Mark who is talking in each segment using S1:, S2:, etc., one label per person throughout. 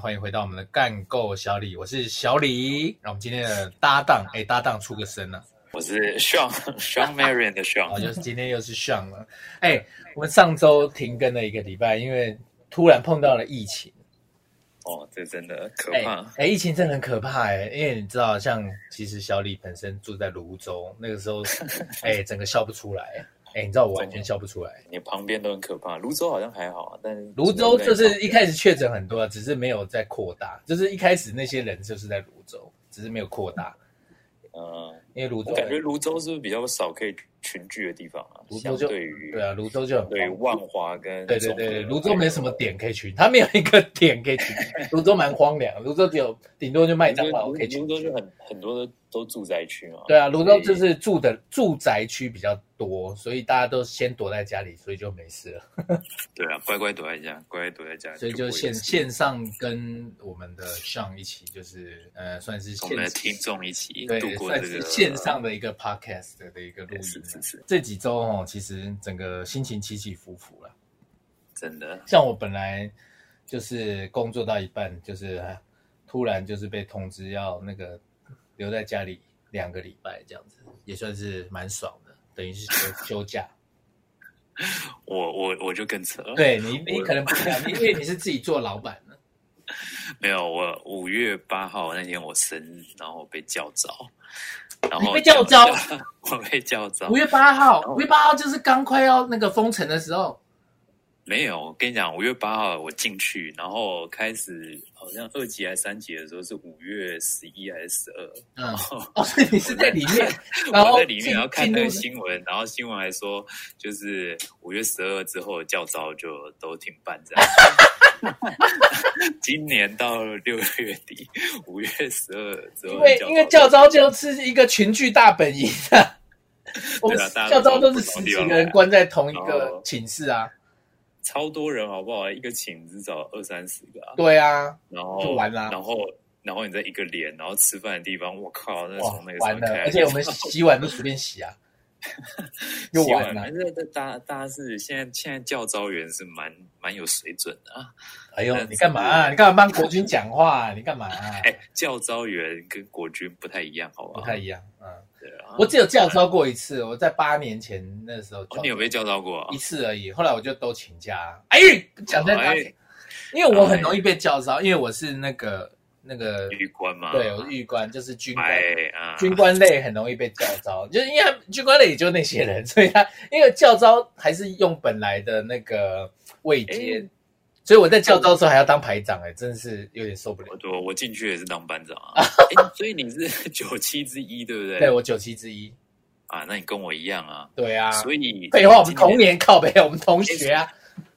S1: 欢迎回到我们的干够小李，我是小李。那我们今天的搭档，哎，搭档出个声呢、
S2: 我是 Sean Sean Marion 的
S1: 啊，然
S2: Sean，
S1: 后就是今天又是上了。哎，我们上周停更了一个礼拜，因为突然碰到了疫情。
S2: 哦，这真的可
S1: 哎
S2: 怕。
S1: 哎，疫情真的很可怕哎、因为你知道，像其实小李本身住在泸州，那个时候， 哎，整个笑不出来。哎，你知道我完全笑不出来。
S2: 你旁边都很可怕，泸州好像还好啊，但是
S1: 泸州就是一
S2: 始
S1: 开始确诊很多，啊只是没有在扩大，就是一开始那些人就是在泸州，只是没有扩大，
S2: 呃，
S1: 因为泸州
S2: 我感觉泸州是不是比较少可以群聚的地方啊？
S1: 泸州
S2: 相
S1: 就
S2: 对于
S1: 对啊，泸州就很
S2: 对
S1: 荒
S2: 万华跟
S1: 对对对
S2: 中
S1: 对，
S2: 和
S1: 泸州没什么点可以去，它没有一个点可以去， 泸州蛮荒凉，泸州只有顶多就卖
S2: 泸
S1: 蟑螂
S2: 泸
S1: 可以去
S2: 泸。州就很很多的都住宅区嘛。
S1: 对啊，泸州就
S2: 所以
S1: 是住的住宅区比较多，所以大家都先躲在家里，所以就没事了。
S2: 对啊，乖乖躲在家，乖乖躲在家，
S1: 所以
S2: 不
S1: 就
S2: 会
S1: 线
S2: 有事
S1: 线上跟我们的上一起，就是呃，算是
S2: 跟我
S1: 线
S2: 们的听众一起
S1: 对
S2: 度，过
S1: 算
S2: 这
S1: 是
S2: 个
S1: 线上的一个 podcast 的一个录
S2: 对
S1: 音
S2: 是
S1: 啊。
S2: 是是，
S1: 这几周哦，其实整个心情起起伏伏了。
S2: 真的
S1: 像我本来就是工作到一半，就是啊突然就是被通知要那个留在家里两个礼拜这样子，也算是蛮爽的，等于是休休假。
S2: 我我我就更扯，
S1: 对你，你
S2: 我
S1: 可能不知道，你因为你是自己做老板的，
S2: 没有，我五月八号那天我生日，然后被叫招，然
S1: 你
S2: 后
S1: 被叫招，
S2: 我被叫招
S1: 五，月八号，五月八号就是刚快要那个封城的时候，
S2: 没有，我跟你讲，五月八号我进去，然后开始好像二级还是三级的时候是五月十一还是十二，
S1: 嗯，哦，所以你是在里面，然
S2: 我
S1: 后
S2: 在里面
S1: 进
S2: 然后看那
S1: 进
S2: 个
S1: 入
S2: 新闻，然后新闻还说就是五月十二之后教招就都停办 这样。今年到六月底，五月十二之后
S1: 因为因为教招就是一个群聚大本营啊，我们
S2: 对啊大家
S1: 教
S2: 都
S1: 招都是
S2: 不
S1: 十
S2: 同
S1: 几
S2: 地
S1: 个
S2: 方
S1: 人
S2: 来啊哦
S1: 关在同一
S2: 然
S1: 个
S2: 后
S1: 寝室啊，
S2: 超多人好不好？一个寝至少二三十个啊，
S1: 对啊，
S2: 然后
S1: 就完啦
S2: 然后然后你在一个连，然后吃饭的地方，我靠，那
S1: 哇
S2: 从那个，
S1: 完了
S2: 什么开！
S1: 而且我们洗碗都随便洗 啊，又
S2: 洗
S1: 完
S2: 碗，
S1: 了
S2: 反。正这大大家是现在现在教招员是蛮蛮有水准的啊！
S1: 哎呦，
S2: 但是
S1: 你干嘛啊、你干嘛帮国军讲话啊、你干嘛啊、
S2: 哎，教招员跟国军不太一样，好不
S1: 不
S2: 好？
S1: 太一样，嗯，
S2: 对啊，
S1: 我只有教招过一次，我在八年前那时候
S2: 哦你有
S1: 教
S2: 被教招过啊
S1: 一？次而已，后来我就都请假啊。哎，讲在哪里
S2: 哎？
S1: 因为我很容易被叫招，因为我是那个那个，
S2: 玉官吗？
S1: 对，我是狱官，就是军官。
S2: 哎啊，
S1: 军官类很容易被叫招， 就是因为他军官类也就那些人，所以他因为叫招还是用本来的那个位阶，
S2: 哎
S1: 所以我在叫招的时候还要当排长、哎，真的是有点受不了
S2: 我。我我进去也是当班长 啊，哎所以你是 九七之一，对不对？
S1: 对我九七之一，
S2: 啊，那你跟我一样啊，
S1: 对啊，
S2: 所以
S1: 废话，我们
S2: 今
S1: 同年靠北，我们同学啊，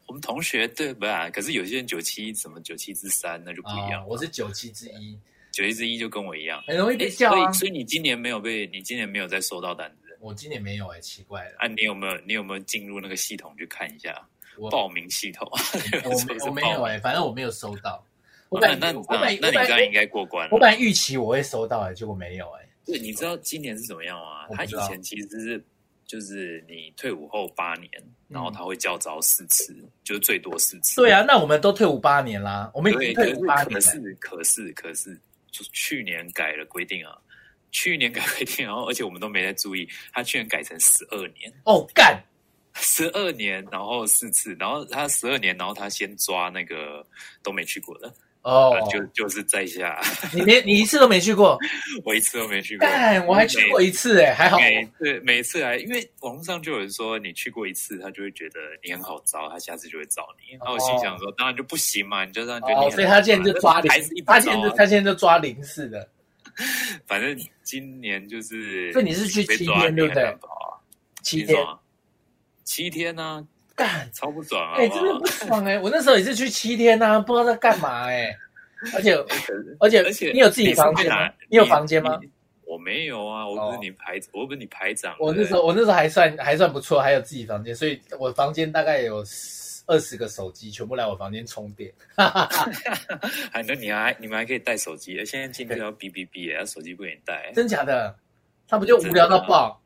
S2: 我们同学对不啊？可是有些人九七什么九七之三，那就不一
S1: 啊、
S2: 样。
S1: 我是九七之一，
S2: 九七之一就跟我一样。
S1: 很容易被
S2: 诶
S1: 叫啊
S2: 所以所以你今年没有被，你今年没有再收到单子
S1: 我今年没有哎、奇怪 了，
S2: 啊？你有没有你有没有进入那个系统去看一下
S1: 我
S2: 报名系统？
S1: 我没我没有哎、反正我没有收到。 我本
S2: 啊哦那
S1: 来
S2: 那
S1: 我本来
S2: 那
S1: 我
S2: 你
S1: 本
S2: 刚才
S1: 来
S2: 应该过关
S1: 我
S2: 了。
S1: 本来预期我会收到哎、结果没有哎、
S2: 对，你知道今年是怎么样吗？
S1: 我不
S2: 他以
S1: 知道
S2: 前其实是就是你退伍后八年，然后他会叫招四次，就是最多四
S1: 嗯
S2: 次。
S1: 对啊，那我们都退伍八年啦，我们已经
S2: 对，可
S1: 退
S2: 是
S1: 伍八年
S2: 可
S1: 了。
S2: 是可是可是，就是去年改了规定啊，去年改规定，然后而且我们都没在注意，他去年改成十二年，
S1: 哦，干，
S2: 十二年，然后四次，然后他十二年，然后他先抓那个都没去过的，
S1: 哦
S2: 啊，就就是在下，
S1: 你没你一次都没去过，
S2: 我一次都没去过。
S1: 干，我还去过一次哎、还好
S2: 每每次每次来，因为网络上就有人说你去过一次，他就会觉得你很好招，他下次就会找你。然后我心想说，当然就不行嘛，你就让觉得你
S1: 哦，
S2: 很
S1: 所以他现在就抓零
S2: 还是一，直
S1: 他现
S2: 招
S1: 在
S2: 啊
S1: 他现在就抓零式的，
S2: 反正今年就是，
S1: 所以你是去七天对不对？七天，
S2: 七天呢、
S1: 干，
S2: 超不爽啊！
S1: 哎、
S2: 好
S1: 真
S2: 不
S1: 的
S2: 好
S1: 不爽哎、我那时候也是去七天呐、啊，不知道在干嘛哎、而且而且
S2: 而且
S1: 你有自己房
S2: 你是
S1: 间
S2: 在
S1: 吗
S2: 哪？
S1: 你有房间吗？？哦
S2: 你我没有啊，我不是你排，我不是你排长。
S1: 我那时候我那时候还算还算不错，还有自己房间，所以我房间大概有二十个手机，全部来我房间充电。
S2: 还啊那你还你们还可以带手机，哎现在进去要哔哔哔，然后手机不给你带，
S1: 真假的？他不就无聊到爆，
S2: 啊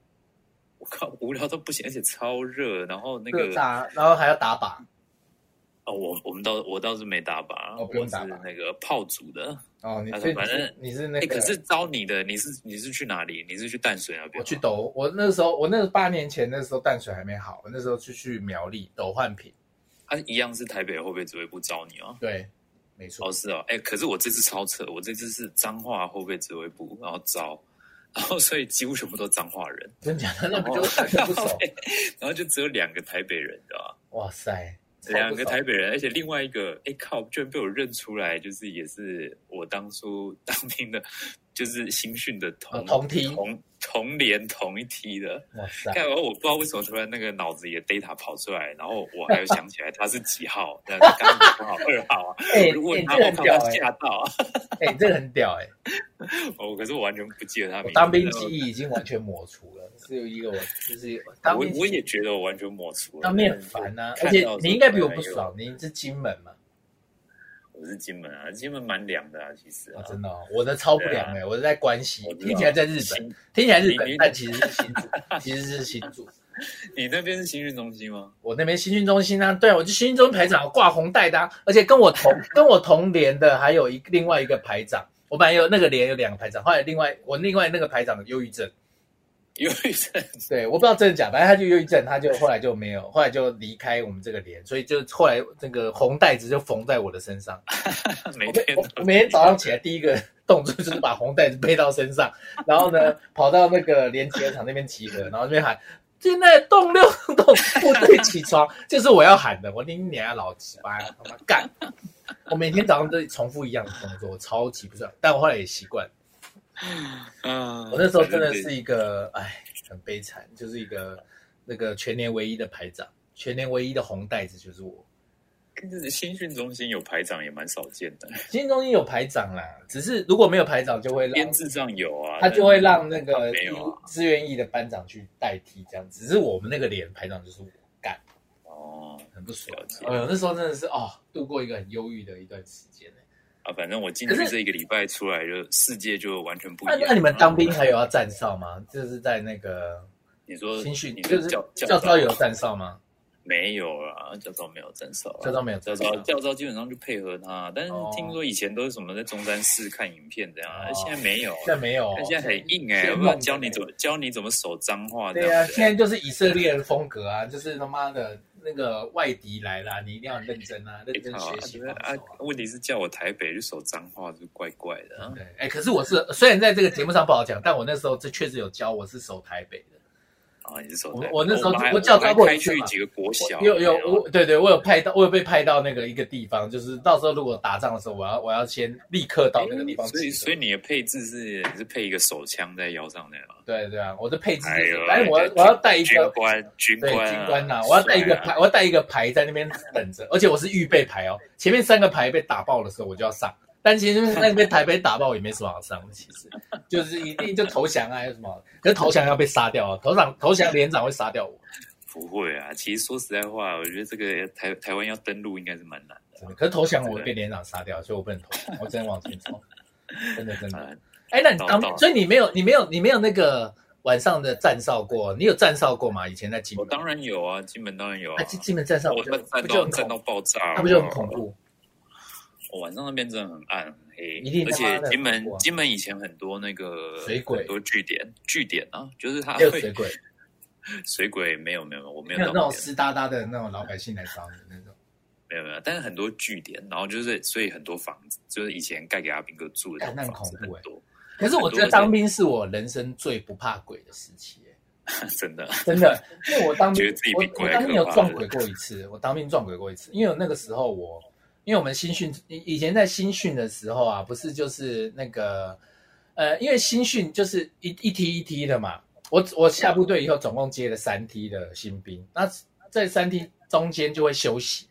S2: 我靠，无聊到不行，而且超热，然后那
S1: 热
S2: 个
S1: 炸，然后还要打靶，
S2: 哦，我我们倒我倒是没打靶，
S1: 哦不
S2: 我
S1: 用
S2: 是
S1: 打靶
S2: 那个炮组的。
S1: 哦，你
S2: 反
S1: 所以
S2: 正
S1: 你是你是那
S2: 哎、
S1: 个，
S2: 可是招你的，你是你是去哪里？你是去淡水那边吗？
S1: 我去斗，我那时候我那八年前那时候淡水还没好，我那时候去去苗栗斗焕品，
S2: 他啊一样是台北后备指挥部招你哦。
S1: 对，没错
S2: 哦，，是哦，哎、可是我这次超扯，我这次是彰化后备指挥部，然后招，然后所以几乎全部都彰化人，
S1: 真假的那不
S2: 哦
S1: 就是很不 熟？
S2: 然后就只有两个台北人，你知道吧？
S1: 哇塞，超不
S2: 两个
S1: 熟
S2: 台北人，而且另外一个，哎、靠，居然被我认出来，就是也是我当初 当兵的，就是新训的同、
S1: 哦同梯
S2: 同同连同一梯的。
S1: 哇塞，
S2: 看完我不知道为什么突然那个脑子里的 data 跑出来，然后我还有想起来他是几号，那刚刚几号二号啊，
S1: 哎、
S2: 如果
S1: 哎
S2: 他
S1: 这
S2: 我
S1: 很
S2: 靠
S1: 屌
S2: 要
S1: 哎、
S2: 吓到啊，
S1: 哎、这个很屌哎、
S2: 我哦可是我完全不记得他名
S1: 我
S2: 字。
S1: 当兵
S2: 然后
S1: 记忆已经完全抹除了，是有一个我就是当
S2: 我
S1: 兵
S2: 我也觉得我完全抹除了。
S1: 当兵很烦哦呐、
S2: 看
S1: 而
S2: 到
S1: 且
S2: 的时候
S1: 你应该比我不
S2: 突然有
S1: 爽，你是金门嘛？
S2: 我是金门啊，金门蛮凉的啊，其实啊
S1: 哦，真的、哦，我的超不良哎、我是在关西
S2: 我，知道
S1: 听起来在日本
S2: 新，
S1: 听起来日本
S2: 你，你
S1: 但其实是 新竹，其实是新竹。
S2: 你那边是新训中心吗？
S1: 我那边新训中心啊，对啊，我就新训中心排长，我挂红带的啊、而且跟我 同跟我同连的还有一另外一个排长，我本来有那个连有两个排长，后来另外我另外那个排长有忧郁症，
S2: 忧郁症
S1: 对，我不知道真的假，反正他就忧郁症，他就后来就没有，后来就离开我们这个连，所以就后来那个红带子就缝在我的身上，
S2: 每
S1: 我
S2: 天
S1: 我我每天早上起来第一个动作就是把红带子背到身上，然后呢跑到那个连集合场那边集合，然后那边喊。现在动六动部队起床，这是我要喊的。我拎你啊，老鸡巴，他妈干！我每天早上都重复一样的动作，我超级不爽。但我后来也习惯。
S2: 嗯，
S1: 我那时候真的是一个，哎，很悲惨，就是一个那个全年唯一的排长，全年唯一的红带子就是我。
S2: 反正新训中心有排长也蛮少见的，
S1: 新中心有排长啦，只是如果没有排长，就会让
S2: 编制上有啊，
S1: 他就会让那个
S2: 没有啊，
S1: 志愿役的班长去代替这样子。只是我们那个连排长就是我干，
S2: 哦
S1: 很不爽
S2: 了。解
S1: 哎呦，那时候真的是哦，度过一个很忧郁的一段时间欸呢、
S2: 啊，反正我进
S1: 可
S2: 去
S1: 是
S2: 这一个礼拜出来就世界就完全不一
S1: 那
S2: 样。啊
S1: 那你们当兵还有要站哨吗？就是在那个
S2: 你说
S1: 新训，
S2: 呃你
S1: 就
S2: 说
S1: 是
S2: 教
S1: 教招有站哨吗？
S2: 没有啦，教招没有站哨啊，
S1: 教招没有站
S2: 教
S1: 哨
S2: 招教招基本上就配合他，但是
S1: 哦
S2: 听说以前都是什么在中山市看影片这样啊，
S1: 哦
S2: 现在没有啊，
S1: 现在没有哦、
S2: 但现在很硬哎、
S1: 现在
S2: 有没有
S1: 弄
S2: 教你
S1: 的
S2: 怎么教你怎么守脏话这
S1: 对
S2: 样
S1: 啊，
S2: 子？哎
S1: 现在就是以色列人风格啊，就是他妈的那个外敌来啦，你一定要认真啊，认真
S2: 好
S1: 学
S2: 啊
S1: 习
S2: 觉得
S1: 防守啊。
S2: 问题是叫我台北去守脏话，就怪怪的、啊。
S1: 对，哎、可是我是虽然在这个节目上不好讲，但我那时候这确实有教，我是守台北的。
S2: 啊，你是守
S1: 我
S2: 台北
S1: 我那时候
S2: 们还
S1: 我叫他
S2: 还
S1: 过
S2: 开
S1: 去
S2: 去
S1: 嘛
S2: 几个国小，
S1: 我有有
S2: 没啊
S1: 我对对，我有派到，我有被派到那个一个地方，就是到时候如果打仗的时候，我要我要先立刻到那个地方
S2: 哎
S1: 集合。
S2: 所以所以你的配置是你是配一个手枪在腰上那样。
S1: 对对啊，我的配置
S2: 哎
S1: 就是
S2: 呦，，
S1: 反正我要
S2: 军
S1: 我要带一
S2: 军
S1: 个
S2: 官，军
S1: 对
S2: 官啊，
S1: 军官呐、我要带一个
S2: 帅啊
S1: 牌，我要带一个牌在那边等着，而且我是预备牌哦。前面三个牌被打爆的时候，我就要上。但其实那边台北打爆也没什么好上的，其实就是一定就投降啊，还有什么好？可是投降要被杀掉啊，头长投降连长会杀掉我，
S2: 不会啊，其实说实在话，我觉得这个台台湾要登陆应该是蛮难
S1: 真的。可是投降我会被连长杀掉，所以我不能投降，我只能往前冲。真的真
S2: 的。
S1: 的。
S2: 啊
S1: 哎，那你当
S2: 懂懂
S1: 所以你没有你没有你没有那个晚上的站哨过？你有站哨过吗？以前在金
S2: 我
S1: 门，
S2: 当然有啊，金门当然有
S1: 啊，
S2: 啊，
S1: 金金门站哨
S2: 我
S1: 不就
S2: 们站
S1: 不就
S2: 到
S1: 很
S2: 站
S1: 恐
S2: 到
S1: 怖，
S2: 爆炸，
S1: 那不就很
S2: 啊
S1: 恐怖？
S2: 我晚上那边真的很暗很黑
S1: 一定，
S2: 而
S1: 他妈的
S2: 且金
S1: 很
S2: 门
S1: 恐怖啊
S2: 金门以前很多那个
S1: 水鬼
S2: 很多据点据点啊，就是它
S1: 还有
S2: 会
S1: 水鬼。
S2: 水鬼没有没有没有，我没
S1: 没有
S2: 有
S1: 那
S2: 到
S1: 种湿哒哒的那种老百姓来找你那种。
S2: 没有没有，但是很多据点，然后就是所以很多房子，就是以前盖给阿兵哥住的
S1: 哎那
S2: 那
S1: 很
S2: 种房子
S1: 恐
S2: 很
S1: 怖
S2: 多，
S1: 可是我觉得当兵是我人生最不怕鬼的时期、欸
S2: 真的
S1: 真的，因为我当
S2: 觉
S1: 兵
S2: 得自己，
S1: 我
S2: 比鬼
S1: 我
S2: 还
S1: 当兵
S2: 可
S1: 有
S2: 怕
S1: 撞
S2: 了
S1: 鬼过一次，我当兵撞鬼过一次，因为我那个时候我，因为我们新训以以前在新训的时候啊，不是就是那个，呃，因为新训就是一一梯一梯的嘛，我我下部队以后总共接了三梯的新兵，那在三梯中间就会休息，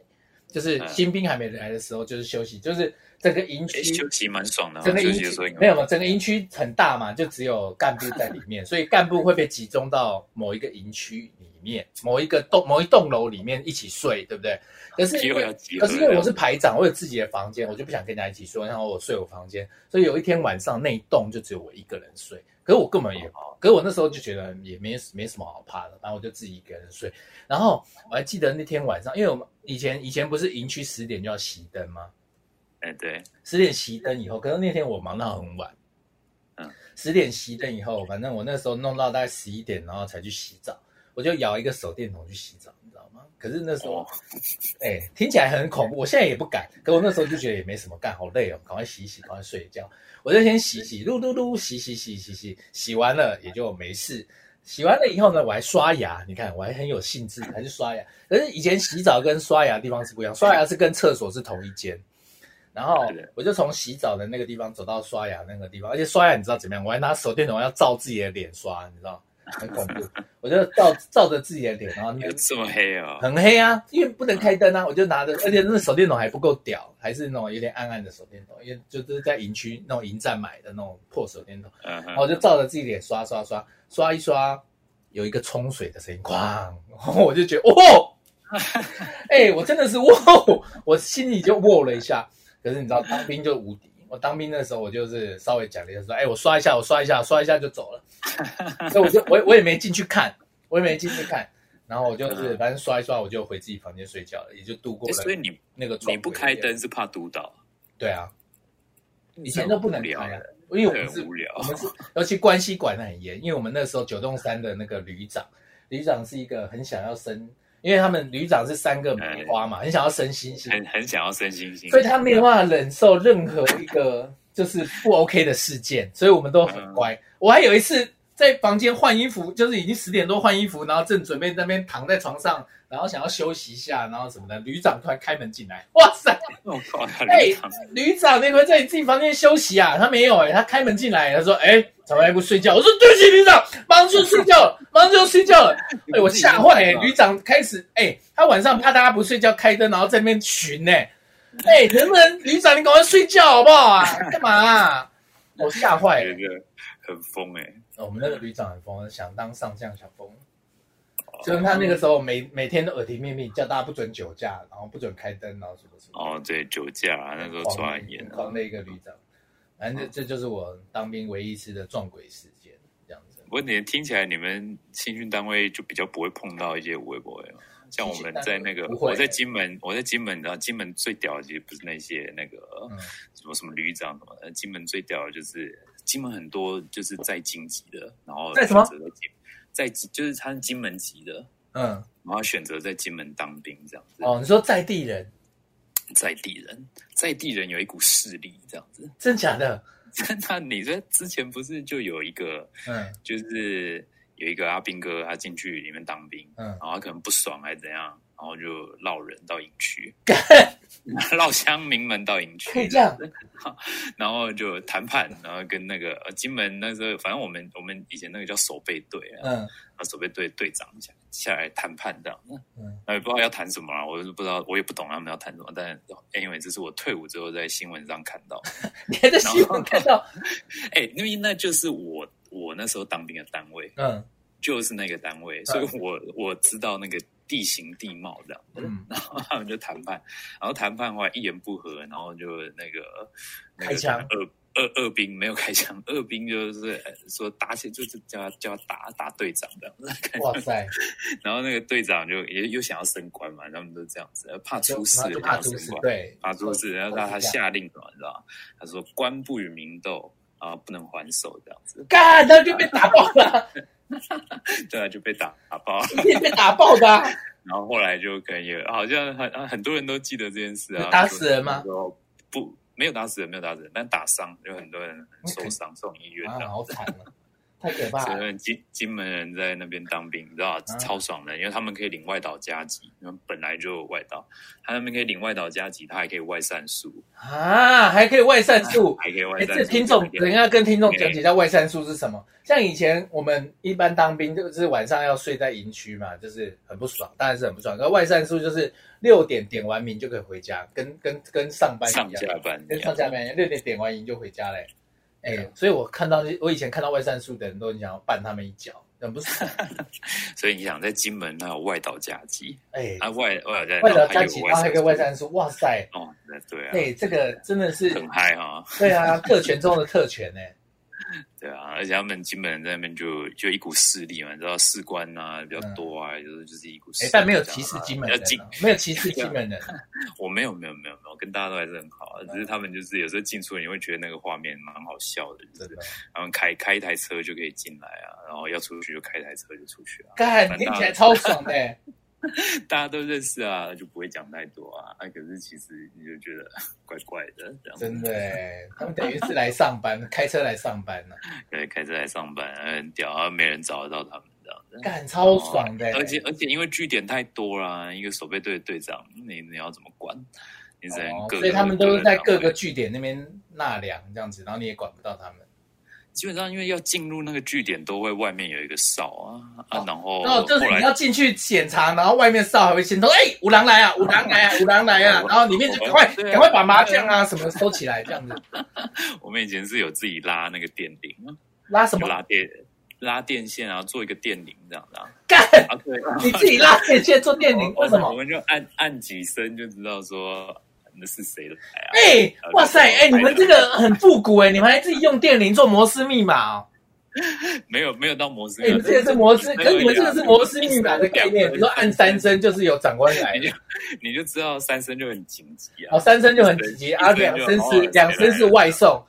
S1: 就是
S2: 嗯
S1: 新兵还没来的时候就是休息，就是整个营区
S2: 哎 休息蛮爽的啊，
S1: 整个
S2: 休
S1: 营
S2: 息的时候
S1: 区
S2: 应该
S1: 没有嘛，整个营区很大嘛，就只有干部在里面，所以干部会被集中到某一个营区里面，某一个栋某一栋楼里面一起睡，对不对？可是
S2: 机
S1: 因
S2: 会
S1: 为
S2: 要集合
S1: 可是因为我
S2: 的。
S1: 是排长，我有自己的房间，我就不想跟人家一起睡，然后我睡我房间，所以有一天晚上那一栋就只有我一个人睡，可是我根
S2: 哦
S1: 本也，可是我那时候就觉得也没没什么好怕的，然后我就自己一个人睡，然后我还记得那天晚上，因为我们以前以前不是营区十点就要熄灯吗？
S2: 哎，对，
S1: 十点熄灯以后，可是那天我忙到很晚，
S2: 嗯，
S1: 十点熄灯以后，反正我那时候弄到大概十一点，然后才去洗澡，我就摇一个手电筒去洗澡，你知道吗？可是那时候
S2: 哦，
S1: 哎、听起来很恐怖，我现在也不敢，可我那时候就觉得也没什么干，好累哦，赶快洗一洗，赶快睡一觉，我就先洗洗，噜噜噜，洗洗洗洗洗，洗完了也就没事。洗完了以后呢，我还刷牙，你看我还很有兴致，还去刷牙。可是以前洗澡跟刷牙的地方是不一样，刷牙是跟厕所是同一间，然后
S2: 对
S1: 我就从洗澡的那个地方走到刷牙那个地方，而且刷牙你知道怎么样？我还拿手电筒要照自己的脸刷，你知道，很恐怖。 我就照照着自己的脸，然后那
S2: 有
S1: 边
S2: 这么黑 哦，
S1: 很黑啊，因为不能开灯啊，我就拿着，而且那手电筒还不够屌，还是那种有点暗暗的手电筒，因为就是在营区那种营站买的那种破手电筒，
S2: 嗯哼
S1: 然后我就照着自己脸刷刷刷刷一刷，有一个冲水的声音，哐，然后我就觉得哦，哎、我真的是哇，我心里就哇了一下。可是你知道，当兵就无敌。我当兵的时候，我就是稍微讲了一下，说：“哎、我刷一下，我刷一下，刷一下就走了。”所以我就我也我也没进去看，我也没进去看。然后我就是
S2: 嗯
S1: 反正刷一刷，我就回自己房间睡觉了，也就度过
S2: 哎
S1: 了
S2: 所以你
S1: 那个。
S2: 你不开？灯是怕毒岛，
S1: 对啊，以前都不能
S2: 无聊
S1: 开啊
S2: 的，
S1: 因为我们是
S2: 很无聊
S1: 我。们是，尤其关系管得很严，因为我们那时候九栋山的那个旅长，旅长是一个很想要升，因为他们旅长是三个梅花嘛，很想要升星星，
S2: 很啊很想要身心星，
S1: 所以他没有办法忍受任何一个就是不 OK 的事件，所以我们都很乖。我还有一次在房间换衣服，就是已经十点多换衣服，然后正准备在那边躺在床上，然后想要休息一下，然后什么的，旅长突然开门进来，哇塞！
S2: 我靠，他
S1: 哎
S2: 流淌
S1: 旅长，你可不可以在你自己房间休息啊？他没有哎、他开门进来，他说：“哎、怎么还不睡觉？”我说：“对不起，旅长，马上就睡觉了，马上就睡觉了。哎， 我吓坏哎，旅长开始哎、他晚上怕大家不睡觉，开灯然后在那边巡哎、哎、能不能旅长你赶快睡觉好不好啊？干嘛、啊？ 我吓坏
S2: 觉
S1: 了。
S2: 得很疯哎、
S1: 我们那个旅长很疯，想当上将小疯，就是他那个时候每每天都耳提面命，叫大家不准酒驾，然后不准开灯，然后什么什么。
S2: 哦，对，酒驾、啊、那时候
S1: 哦
S2: 抓很严
S1: 很
S2: 啊。
S1: 狂的一个旅长。反正这这就是我当兵唯一一次的撞鬼事件，这样子
S2: 不。过你听起来，你们新训单位就比较不会碰到一些微博嘛。像我们在那个
S1: 不，会啊
S2: 我在金门，我在金门，然后金门最屌的其实不是那些那个
S1: 嗯
S2: 什么什么旅长什么的，金门最屌的就是金门很多就是在金籍的，然后
S1: 在什么
S2: 选择在金在金就是他是金门籍的，
S1: 嗯，
S2: 然后选择在金门当兵这样子。
S1: 哦，你说在地人，
S2: 在地人，在地人有一股势力这样子。
S1: 真假的？
S2: 那你这之前不是就有一个，
S1: 嗯
S2: 就是有一个阿兵哥，他进去里面当兵，
S1: 嗯，
S2: 然后他可能不爽还是怎样，然后就绕人到营区，绕乡民们到营区，
S1: 可以这样，
S2: 然后就谈判，然后跟那个呃金门那时候，反正我们我们以前那个叫守备队啊，
S1: 嗯
S2: 然后守备队队长下下来谈判这样，
S1: 嗯
S2: 那也不知道要谈什么啊，我就不知道，我也不懂他们要谈什么，但 anyway，这是我退伍之后在新闻上看到，
S1: 你还在新闻看到？嗯
S2: 哎、因为那就是我我那时候当兵的单位，
S1: 嗯
S2: 就是那个单位，所以我我知道那个地形地貌这样，
S1: 嗯，
S2: 然后他们 就谈判，然后谈判的话一言不合，然后就那个那
S1: 开
S2: 个
S1: 枪
S2: 二二二兵没有开枪，二兵就是呃说打起就是叫他叫他打打队长这样子，
S1: 哇塞，
S2: 然后那个队长就也又想要升官嘛，他们都这样子，怕
S1: 就啊
S2: 出事
S1: 然后就
S2: 想
S1: 怕
S2: 要
S1: 出
S2: 升
S1: 事
S2: 官，，
S1: 对，
S2: 发出是，然后他他
S1: 都是这
S2: 下令什么，你知道吗？他说官不与民斗啊，不能还手这样子，
S1: 干，他就被打爆了，
S2: 对啊，就被打打爆。
S1: 一定被打爆的啊。
S2: 然后后来就可能也好像很啊很多人都记得这件事啊，
S1: 有打死人吗？
S2: 不，没有打死人，没有打死人，但打伤，有很多人受伤送医院
S1: 啊，
S2: 的。
S1: 好惨啊，太可怕
S2: 所
S1: 了。
S2: 以金金门人在那边当兵，你知
S1: 啊
S2: 道超爽的，因为他们可以领外岛加急，因为本来就有外岛，他们可以领外岛加急，他还可以外散术，
S1: 啊，还可以外散术。
S2: 还可以外
S1: 哎，
S2: 散
S1: 这
S2: 术。
S1: 听众，
S2: 还可以
S1: 等一下跟听众
S2: 哎
S1: 讲解一下外散术是什么。像以前我们一般当兵，就是晚上要睡在营区嘛，就是很不爽，当然是很不爽。那外散术就是六点点完名就可以回家，跟跟跟上班一
S2: 上
S1: 样，
S2: 下班一
S1: 跟
S2: 样
S1: 上。下班一样，六点点完营就回家嘞。哎、
S2: 啊
S1: 所以我看到那我以前看到外散树的人都很想要绊他们一脚，但不 是，
S2: 所以你想在金门那有外岛甲级
S1: 哎、
S2: 啊，外外岛甲
S1: 外岛加起，然
S2: 然
S1: 后还
S2: 后还
S1: 有
S2: 有
S1: 一个外
S2: 山
S1: 散树，哇塞，
S2: 哦，那对啊，
S1: 哎、这个真的是，
S2: 很嗨啊，
S1: 对啊，特权中的特权哎、
S2: 对啊，而且他们金门人在那边就就一股势力嘛，你知道士官啊比较多啊，有时候就是一股
S1: 嗯哎、
S2: 势力这样啊。
S1: 但没有歧视金门 人、
S2: 比较进
S1: 啊，没有歧视金门人，
S2: 我没有没有没有没有，跟大家都还是很好啊，只是他们就是有时候进出你会觉得那个画面蛮好笑的，就
S1: 真
S2: 是
S1: 的。
S2: 他们开开一台车就可以进来啊，然后要出去就开一台车就出去啊，
S1: 干，听起来超爽的、欸
S2: 大家都认识啊，就不会讲太多啊，啊可是其实你就觉得 怪怪的这样子。
S1: 真的、欸，他们等于是来上班，开车来上班呢、啊
S2: 对，开车来上班，很屌，啊，没人找得到他们这样子。
S1: 干超爽的、欸
S2: 嗯哦而且而且因为据点太多啦，一个守备队的队长，你你要怎么管？你只能
S1: 哦
S2: 各个、
S1: 所以他们都是在各
S2: 单
S1: 个
S2: 位
S1: 据点那边纳凉这样子，然后你也管不到他们。
S2: 基本上因为要进入那个据点，都会外面有一个哨啊、
S1: 哦
S2: 啊，然后
S1: 然后就
S2: 后
S1: 是
S2: 来
S1: 你要进去检查，然后外面哨还会先说：“哎、五郎来啊， 五郎来啊，五郎来啊！”
S2: 哦
S1: 然后里面就赶快
S2: 对啊
S1: 赶快把麻将啊什么收起来，这样子
S2: 我们以前是有自己拉那个电铃啊，
S1: 拉什
S2: 就
S1: 么
S2: 拉电拉电线，然后做一个电铃这样的啊。
S1: 干？
S2: 啊对，
S1: 你自己拉电线做电 铃，
S2: 我
S1: 为什
S2: 哦我
S1: 么？
S2: 们就按按几声就知道说那是谁来啊。
S1: 哎、哇塞，哎、你们这个很复古哎、你们还自己用电铃做摩斯密码、哦，
S2: 没有没有到摩斯，
S1: 哎、你们这个是摩斯，
S2: 没
S1: 可
S2: 有
S1: 是
S2: 啊
S1: 你们这个是摩斯密码的概念，比如说按三声就是有长官来了，
S2: 啊你就知道三声就很紧急啊
S1: 哦，，三声就很直接，啊，两声
S2: 哦
S1: 是两声是外送，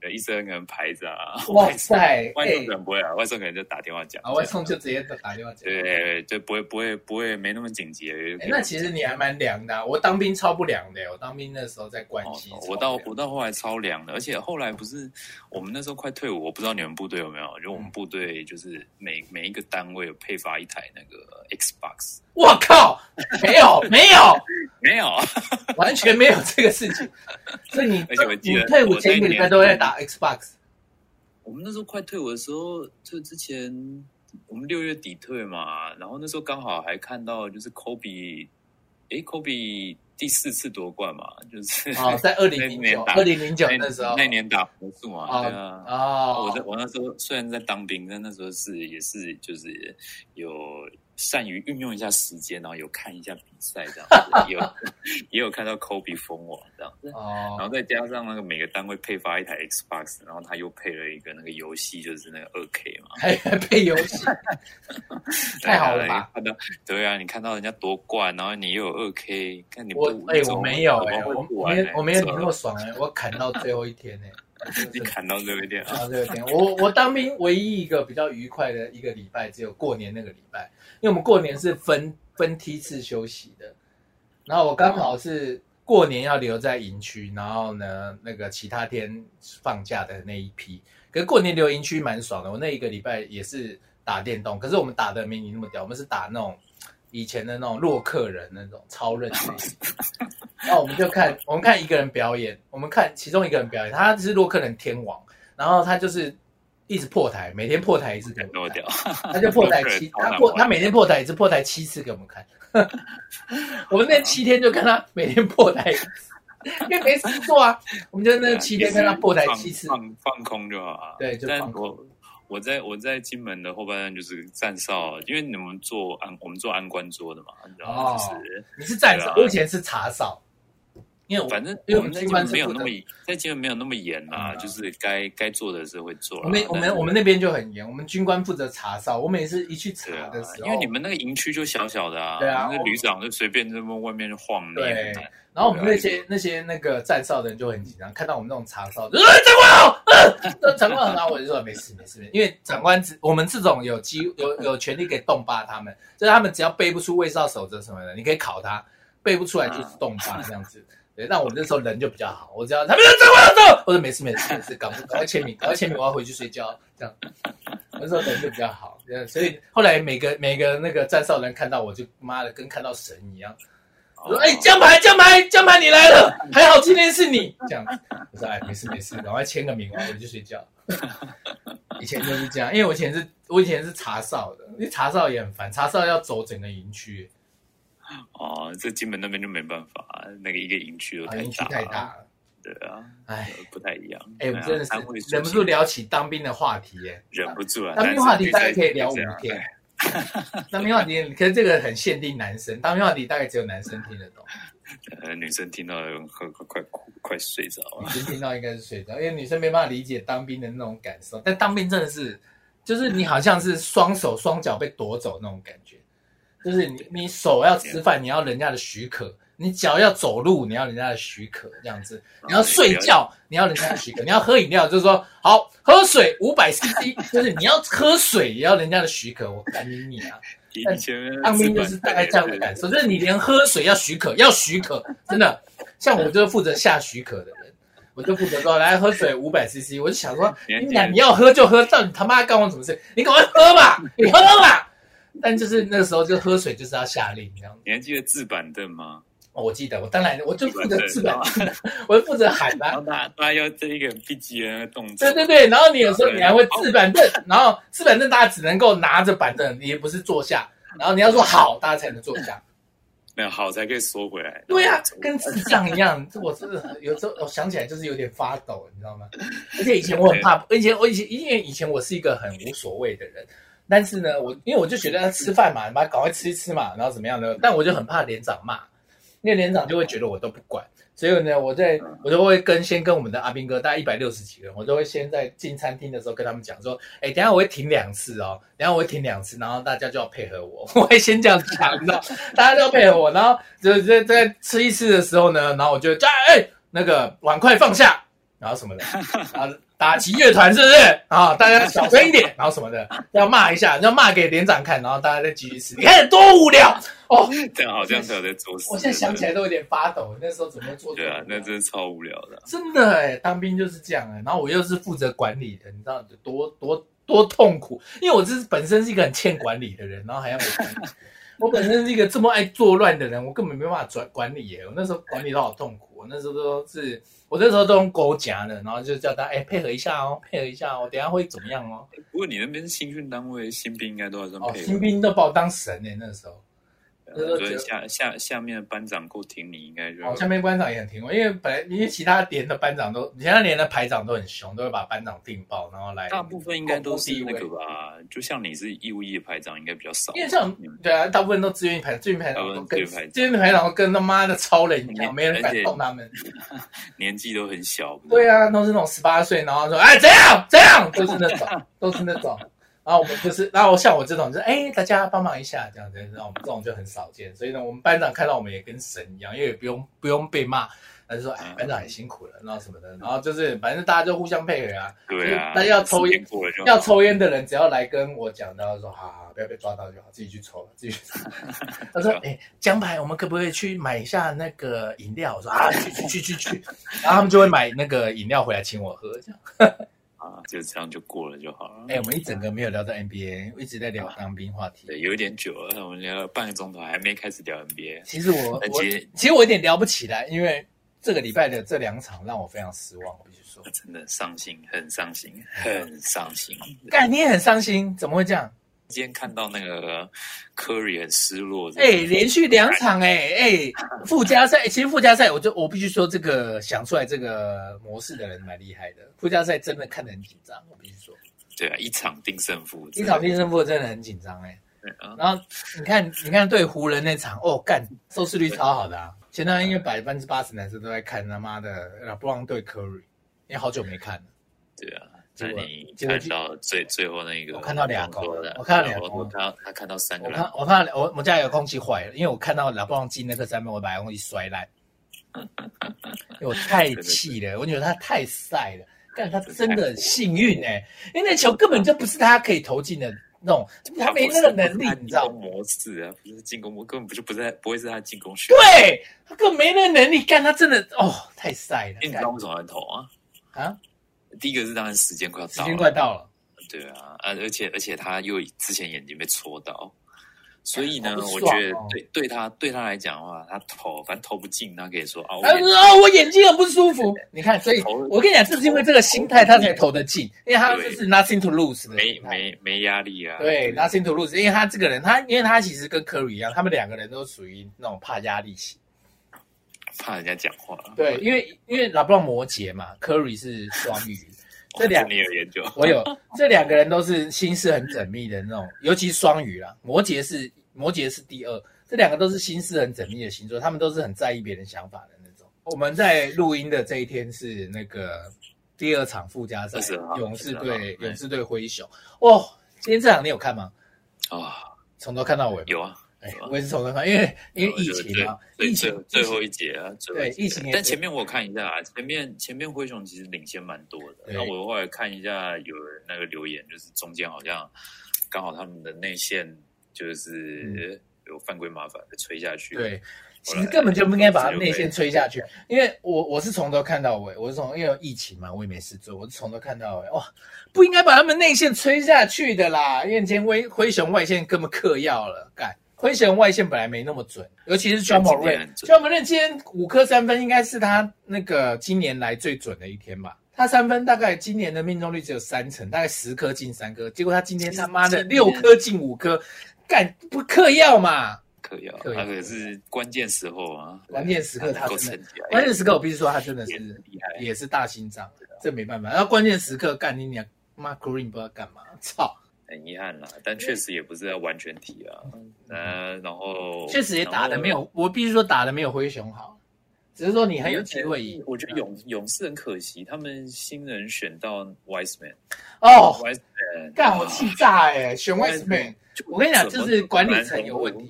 S2: 对，医生可能排着啊。
S1: 哇塞，哎、
S2: 外送可能不会啊，外送可能就打电话讲。
S1: 啊，外送就直接打电话讲。
S2: 对对对，就不会不会不会没那么紧急。
S1: 哎那其实你还蛮凉的啊、我当兵超不凉的、欸我当兵那时候在关
S2: 哦
S1: 西、，
S2: 我到我到后来超凉的，而且后来不是我们那时候快退伍，我不知道你们部队有没有，就我
S1: 嗯
S2: 们部队就是每每一个单位有配发一台那个 Xbox，
S1: 我靠，没有没有，
S2: 没有，
S1: 完全没有这个事情。所以你
S2: 而且我记
S1: 你
S2: 得
S1: 退伍前一个礼拜都在打 Xbox，
S2: 我们那时候快退伍的时候，就之前我们六月底退嘛，然后那时候刚好还看到就是 Kobe，诶 k o b e 第四次夺冠嘛，就是
S1: 哦，在二零零九二零零九那时候，
S2: 那年打魔术嘛，
S1: 哦
S2: 对啊。我在
S1: 哦，
S2: 我那时候虽然在当兵，但那时候是也是就是有善于运用一下时间，然后有看一下比赛这样子，也有 也有看到 Kobe 封网这样子。然
S1: 哦，
S2: 后再加上那个每个单位配发一台 Xbox，然后他又配了一个那个游戏，就是那个二 K 嘛，
S1: 还 还配游戏， 太好了吧？
S2: 看到对啊，你看到人家夺冠，然后你又有二 K，看你
S1: 我
S2: 不
S1: 哎、
S2: 你怎
S1: 我
S2: 么
S1: 没有
S2: 怎
S1: 哎、
S2: 么会
S1: 我
S2: 不
S1: 我
S2: 玩
S1: 没
S2: 呢
S1: 有我没有你
S2: 是吧
S1: 那么爽哎、我砍到最后一天 哎、欸，
S2: 你砍到这个点啊，
S1: 啊，对对，我我当兵唯一一个比较愉快的一个礼拜，只有过年那个礼拜，因为我们过年是分分梯次休息的，然后我刚好是过年要留在营区，然后呢，那个其他天放假的那一批，可是过年留营区蛮爽的，我那一个礼拜也是打电动，可是我们打的没你那么屌，我们是打那种以前的那种洛克人那种超认 真。然后我们就看，我们看一个人表演，我们看其中一个人表演，他是洛克人天王，然后他就是一直破台，每天破台一次给
S2: 砍
S1: 我
S2: 到
S1: 们看，
S2: 掉，
S1: 他就破台七，
S2: 洛克人超难玩
S1: 他破他每天破台一次，破台七次给我们看。 我们那七天就看他每天破台一次，因为没事做啊，我们就那七天看他破台七次。
S2: 放放放空就好啊。
S1: 对就
S2: 但
S1: 放空
S2: 我我在我在金门的后半段就是站哨，啊因为你们做安我们做安官桌的嘛，然
S1: 哦
S2: 后就是、
S1: 你是站
S2: 对
S1: 哨
S2: 啊，
S1: 我以前是查哨，因为我
S2: 反正
S1: 因为我们
S2: 我们在
S1: 军
S2: 金
S1: 官
S2: 门
S1: 是
S2: 没有
S1: 负
S2: 那
S1: 责
S2: 么在金门没有那么严啦、
S1: 嗯
S2: 就是该该做的是会做啦。
S1: 我们我
S2: 但
S1: 们
S2: 是
S1: 我们那边就很严，我们军官负责查哨，我每次一去
S2: 对
S1: 查
S2: 啊
S1: 的时，候，
S2: 因为你们那个营区就小小的啊，
S1: 对啊
S2: 那
S1: 我
S2: 旅长就随便在外面晃，你也
S1: 对
S2: 很难。
S1: 然后我们那些那些那个站哨的人就很紧张，看到我们那种查哨，就说哎长官好，呃长官好，然后我就说没事没事，没事因为长官只我们这种有机有有权利可以动霸他们，就是他们只要背不出卫哨守则什么的，你可以考他，背不出来就是动霸这样子。对，那我们那时候人就比较好，我只要他们说长官好走，我说没事没事没事，赶快赶快签名，赶快签名，我要回去睡觉这样。我那时候人就比较好，对所以后来每个每个那个站哨人看到我就妈的跟看到神一样。我说：“哎、
S2: 哦
S1: 江牌，江牌，江牌，你来了，还好今天是你。”这样 子，我说：“哎，没事没事，赶快签个名，我回去睡觉。”以前就是这样，因为我以前是，我以前是查哨的，因为查哨也很烦，查哨要走整个营区，
S2: 哦哦，这金门那边就没办法，那个一个营区又
S1: 啊，
S2: 太
S1: 营区太大了。
S2: 对啊，
S1: 哎
S2: 呃不太一样。
S1: 哎，我
S2: 对
S1: 们
S2: 啊
S1: 真的是
S2: 安慰
S1: 忍不
S2: 己
S1: 住，聊起当兵的话题耶。
S2: 忍不住啊。
S1: 当兵
S2: 但是
S1: 话题
S2: 女
S1: 大概
S2: 生
S1: 可以聊五
S2: 就这样哎
S1: 天。当兵话题，可是这个很限定男生。当兵话题大概只有男生听得懂，
S2: 呃，女生听到了快快快哭快睡着
S1: 女
S2: 了。
S1: 生听到应该是睡着，因为女生没办法理解当兵的那种感受。但当兵真的是，就是你好像是双手双脚被夺走那种感觉，就是你你手要吃饭，你要人家的许可；你脚要走路，你要人家的许可，这样子。你要睡觉，你要人家的许可；你要喝饮料，就是说好喝水五百 CC，就是你要喝水也要人家的许可。我干你你啊！
S2: 以
S1: 但
S2: 前
S1: 当兵就是大概这样的感受，就是你连喝水要许可，要许可，真的。像我就是负责下许可的人，我就负责说来喝水五百 CC，我就想说，
S2: 年
S1: 你
S2: 纪
S1: 俩你要喝就喝，到底他妈干我什么事？你赶快喝吧，你喝吧。但就是那个时候就喝水就是要下令这样子。
S2: 你还记得自板凳吗？
S1: 哦我记得我当然我就负责
S2: 对
S1: 自本
S2: 然，
S1: 我就负责喊
S2: 然
S1: 啦、
S2: 后大家大家要这一个 B G 的那个动作
S1: 啊对，对对，然后你有时候你还会自板凳，然后自板凳大家只能够拿着板凳，你也不是坐下，然后你要说好，大家才能坐下。
S2: 那好才可以缩回来。
S1: 对呀、
S2: 然后
S1: 跟智障一样。我真的有时候我想起来就是有点发抖，你知道吗？而且以前我很怕，而且我以前因为以前我是一个很无所谓的人，但是呢，我因为我就觉得要吃饭嘛，妈赶快吃一吃嘛，然后怎么样呢？但我就很怕连长骂，因为连长就会觉得我都不管。所以呢，我在我就会跟先跟我们的阿兵哥，大概一百六十几个人，我都会先在进餐厅的时候跟他们讲说，哎，等一下我会停两次哦，等一下我会停两次，然后大家就要配合我， 我会先这样讲，你知道，大家都要配合我，然后就在在吃一次的时候呢，然后我就叫哎、那个碗筷放下，然后什么的，啊打击乐团是不是啊？大家小声一点，然后什么的，要骂一下，要骂给连长看，然后大家再继续吃，你看多无聊哦！
S2: 这样好像才有在做事。
S1: 我现在想起来都有点发抖，那时候怎么会做这
S2: 对
S1: 种
S2: 啊
S1: 事，
S2: 那真的超无聊的。
S1: 真的哎、当兵就是这样哎、然后我又是负责管理的，你知道多多多痛苦，因为我这是本身是一个很欠管理的人，然后还要我 管理。我本身是一个这么爱作乱的人，我根本没办法转管理耶、我那时候管理都好痛苦，我那时候都是我那时候都用勾夹的，然后就叫他哎、配合一下哦，配合一下哦，等一下会怎么样哦？
S2: 不过你那边是新训单位，新兵应该都还算
S1: 哦，
S2: 配合。
S1: 新兵都把我当神哎、那时候。
S2: 呃所以下下下面的班长够挺你，应该就
S1: 哦，下面班长也很听话，因为本来因为其他连的班长都，其他连的排长都很凶，都会把班长定爆，然后来
S2: 大部分应该都是
S1: 巩固
S2: 那
S1: 地位
S2: 个吧。就像你是义务役的排长，应该比较少。
S1: 因为像
S2: 嗯
S1: 对啊，大部分都志愿排，志愿排长都跟
S2: 大部分
S1: 志愿排长都跟他妈的超人一样，
S2: 嗯
S1: 没人敢
S2: 而且
S1: 动他们。
S2: 年纪都很小。
S1: 对啊，都是那种十八岁，然后说哎怎样怎样，都是那 种，都是那种。然后我们就是，然后像我这种，就是哎大家帮忙一下这样子，然后我们这种就很少见。所以呢，我们班长看到我们也跟神一样，因为也不用不用被骂，他就说
S2: 嗯
S1: 哎班长很辛苦了，然后什么的，然后就是反正大家就互相配合啊。
S2: 对啊，
S1: 那要抽
S2: 时间过了就 好
S1: 要抽烟的人只要来跟我讲，然后说好好，好不要被抓到就好，自己去抽，自己去抽。他说：“哎、江牌，我们可不可以去买一下那个饮料？”我说：“啊，去去去去去。”然后他们就会买那个饮料回来请我喝。这样，
S2: 啊，就这样就过了就好了。
S1: 哎、我们一整个没有聊到 NBA，一直在聊当兵话题。
S2: 对，有一点久了，我们聊了半个钟头还没开始聊 NBA。
S1: 其实我
S2: 而
S1: 我
S2: 且
S1: 其实我有点聊不起来，因为这个礼拜的这两场让我非常失望。我必须说，
S2: 真的伤心，很伤心，很伤心。
S1: 干你也很伤心，怎么会这样？
S2: 今天看到那个 Curry 很失落，
S1: 哎、连续两场哎、哎、附加赛、其实附加赛，我就我必须说，这个想出来这个模式的人蛮厉害的。附加赛真的看得很紧张，我必须说，
S2: 对啊，一场定胜负，
S1: 一场定胜负真的很紧张哎。
S2: 对啊，
S1: 然后你看，你看对湖人那场，哦干，收视率超好的啊！前段因为百分之八十男生都在看他妈的拉布朗对 Curry，因为好久没看了。
S2: 对啊。
S1: 结
S2: 那
S1: 果
S2: 你
S1: 结果
S2: 看到最最后那个，
S1: 我看到俩
S2: 个，
S1: 个我看到俩个
S2: 然后我看到他看到三个
S1: 我
S2: 篮
S1: 看我看到我我家遥控器坏了，因为我看到拉布朗进那个三分，我把遥控器摔 烂，因为我太气了，我觉得他太晒了，但他真的很幸运哎、因为那球根本就不是他可以投进的那种，他没那个能力
S2: 他不是，
S1: 你知道
S2: 他
S1: 吗？
S2: 进攻模式啊，不是进攻模，根本不就不在，不会是他进攻选。
S1: 对，他根本没那个能力，干他真的哦，太晒
S2: 因为
S1: 了，
S2: 你
S1: 干
S2: 知道为什么他投啊？
S1: 啊，
S2: 第一个是当然时间快要
S1: 时
S2: 到
S1: 间
S2: 了，
S1: 快到了，
S2: 对啊，啊，而且而且他又之前眼睛被戳到，所以呢，
S1: 好不
S2: 我
S1: 爽
S2: 觉得
S1: 哦
S2: 对对他对他来讲的话，他投反正投不进，他可以说啊，我
S1: 他
S2: 眼
S1: 说哦，我眼睛很不舒服，你看，所以
S2: 投了
S1: 我跟你讲，就是因为这个心态他才投得进，因为他就是 nothing to lose 的
S2: 没
S1: 心态
S2: 没没压力啊，
S1: 对，nothing to lose，因为他这个人，他因为他其实跟科 u 一样，他们两个人都属于那种怕压力型，
S2: 怕人家讲话。啊
S1: 对，因为因为拉布朗摩羯嘛，Curry 是双 鱼，
S2: 我
S1: 这两
S2: 你有研究？
S1: 我有这两个人都是心思很缜密的那种，尤其双鱼啦，摩羯是摩羯是第二，这两个都是心思很缜密的星座，他们都是很在意别人想法的那种。我们在录音的这一天是那个第二场附加赛
S2: 20号，
S1: 勇士
S2: 20
S1: 队
S2: 号对
S1: 勇士队灰熊。哦，今天这场你有看吗？
S2: 啊，
S1: 从头看到尾吗？
S2: 有啊，
S1: 哎
S2: 有啊，
S1: 我也是从头看，因为因为疫情嘛，
S2: 对，
S1: 疫
S2: 最
S1: 情
S2: 最后一节啊，最后一节
S1: 对疫情也
S2: 但前面我有看一下啊，前面前面灰熊其实领先蛮多的，
S1: 对
S2: 然后我后来看一下有人那个留言，就是中间好像刚好他们的内线就是有犯规麻烦的吹下
S1: 嗯
S2: 去，
S1: 对，
S2: 后
S1: 其
S2: 来
S1: 实根本就不应该把
S2: 就
S1: 他
S2: 被
S1: 内线吹下去，因为我我是从头看到尾，我是从因为有疫情嘛，我也没事做，我是从头看到尾，哇，不应该把他们内线吹下去的啦，因为今天灰灰熊外线根本嗑药了，干。灰熊外线本来没那么准，尤其是 j o h
S2: 对
S1: n
S2: 今
S1: m o r a j o h n m o r
S2: 天很
S1: a 今天五颗三分，应该是他那个今年来最准的一天吧。他三分大概今年的命中率只有三成，大概十颗进三颗，结果他今天他妈的
S2: 今年
S1: 六颗进五颗，干不嗑药嘛？
S2: 嗑药，
S1: 嗑药
S2: 那个是关键时候啊，
S1: 关键时刻他
S2: 能够
S1: 真
S2: 撑
S1: 的
S2: 起来，
S1: 关键时刻，我必须说他真的
S2: 也
S1: 是
S2: 很厉害，
S1: 也是大心脏，这没办法。然后关键时刻干你娘妈 Green 不知道干嘛，操！
S2: 很遗憾啦，但确实也不是要完全体啊，嗯，然后
S1: 确实也打的没。
S2: 然后
S1: 有，我必须说打的没有灰熊好，只是说你很有机会嗯赢。
S2: 呃我觉得勇勇士很可惜，他们新人选到 Wiseman，
S1: 哦，
S2: Wiseman，
S1: 干我气炸哎、欸，选
S2: 哇
S1: Westman，
S2: 就
S1: 我跟你讲，
S2: 怎么
S1: 就是管理层有 问题，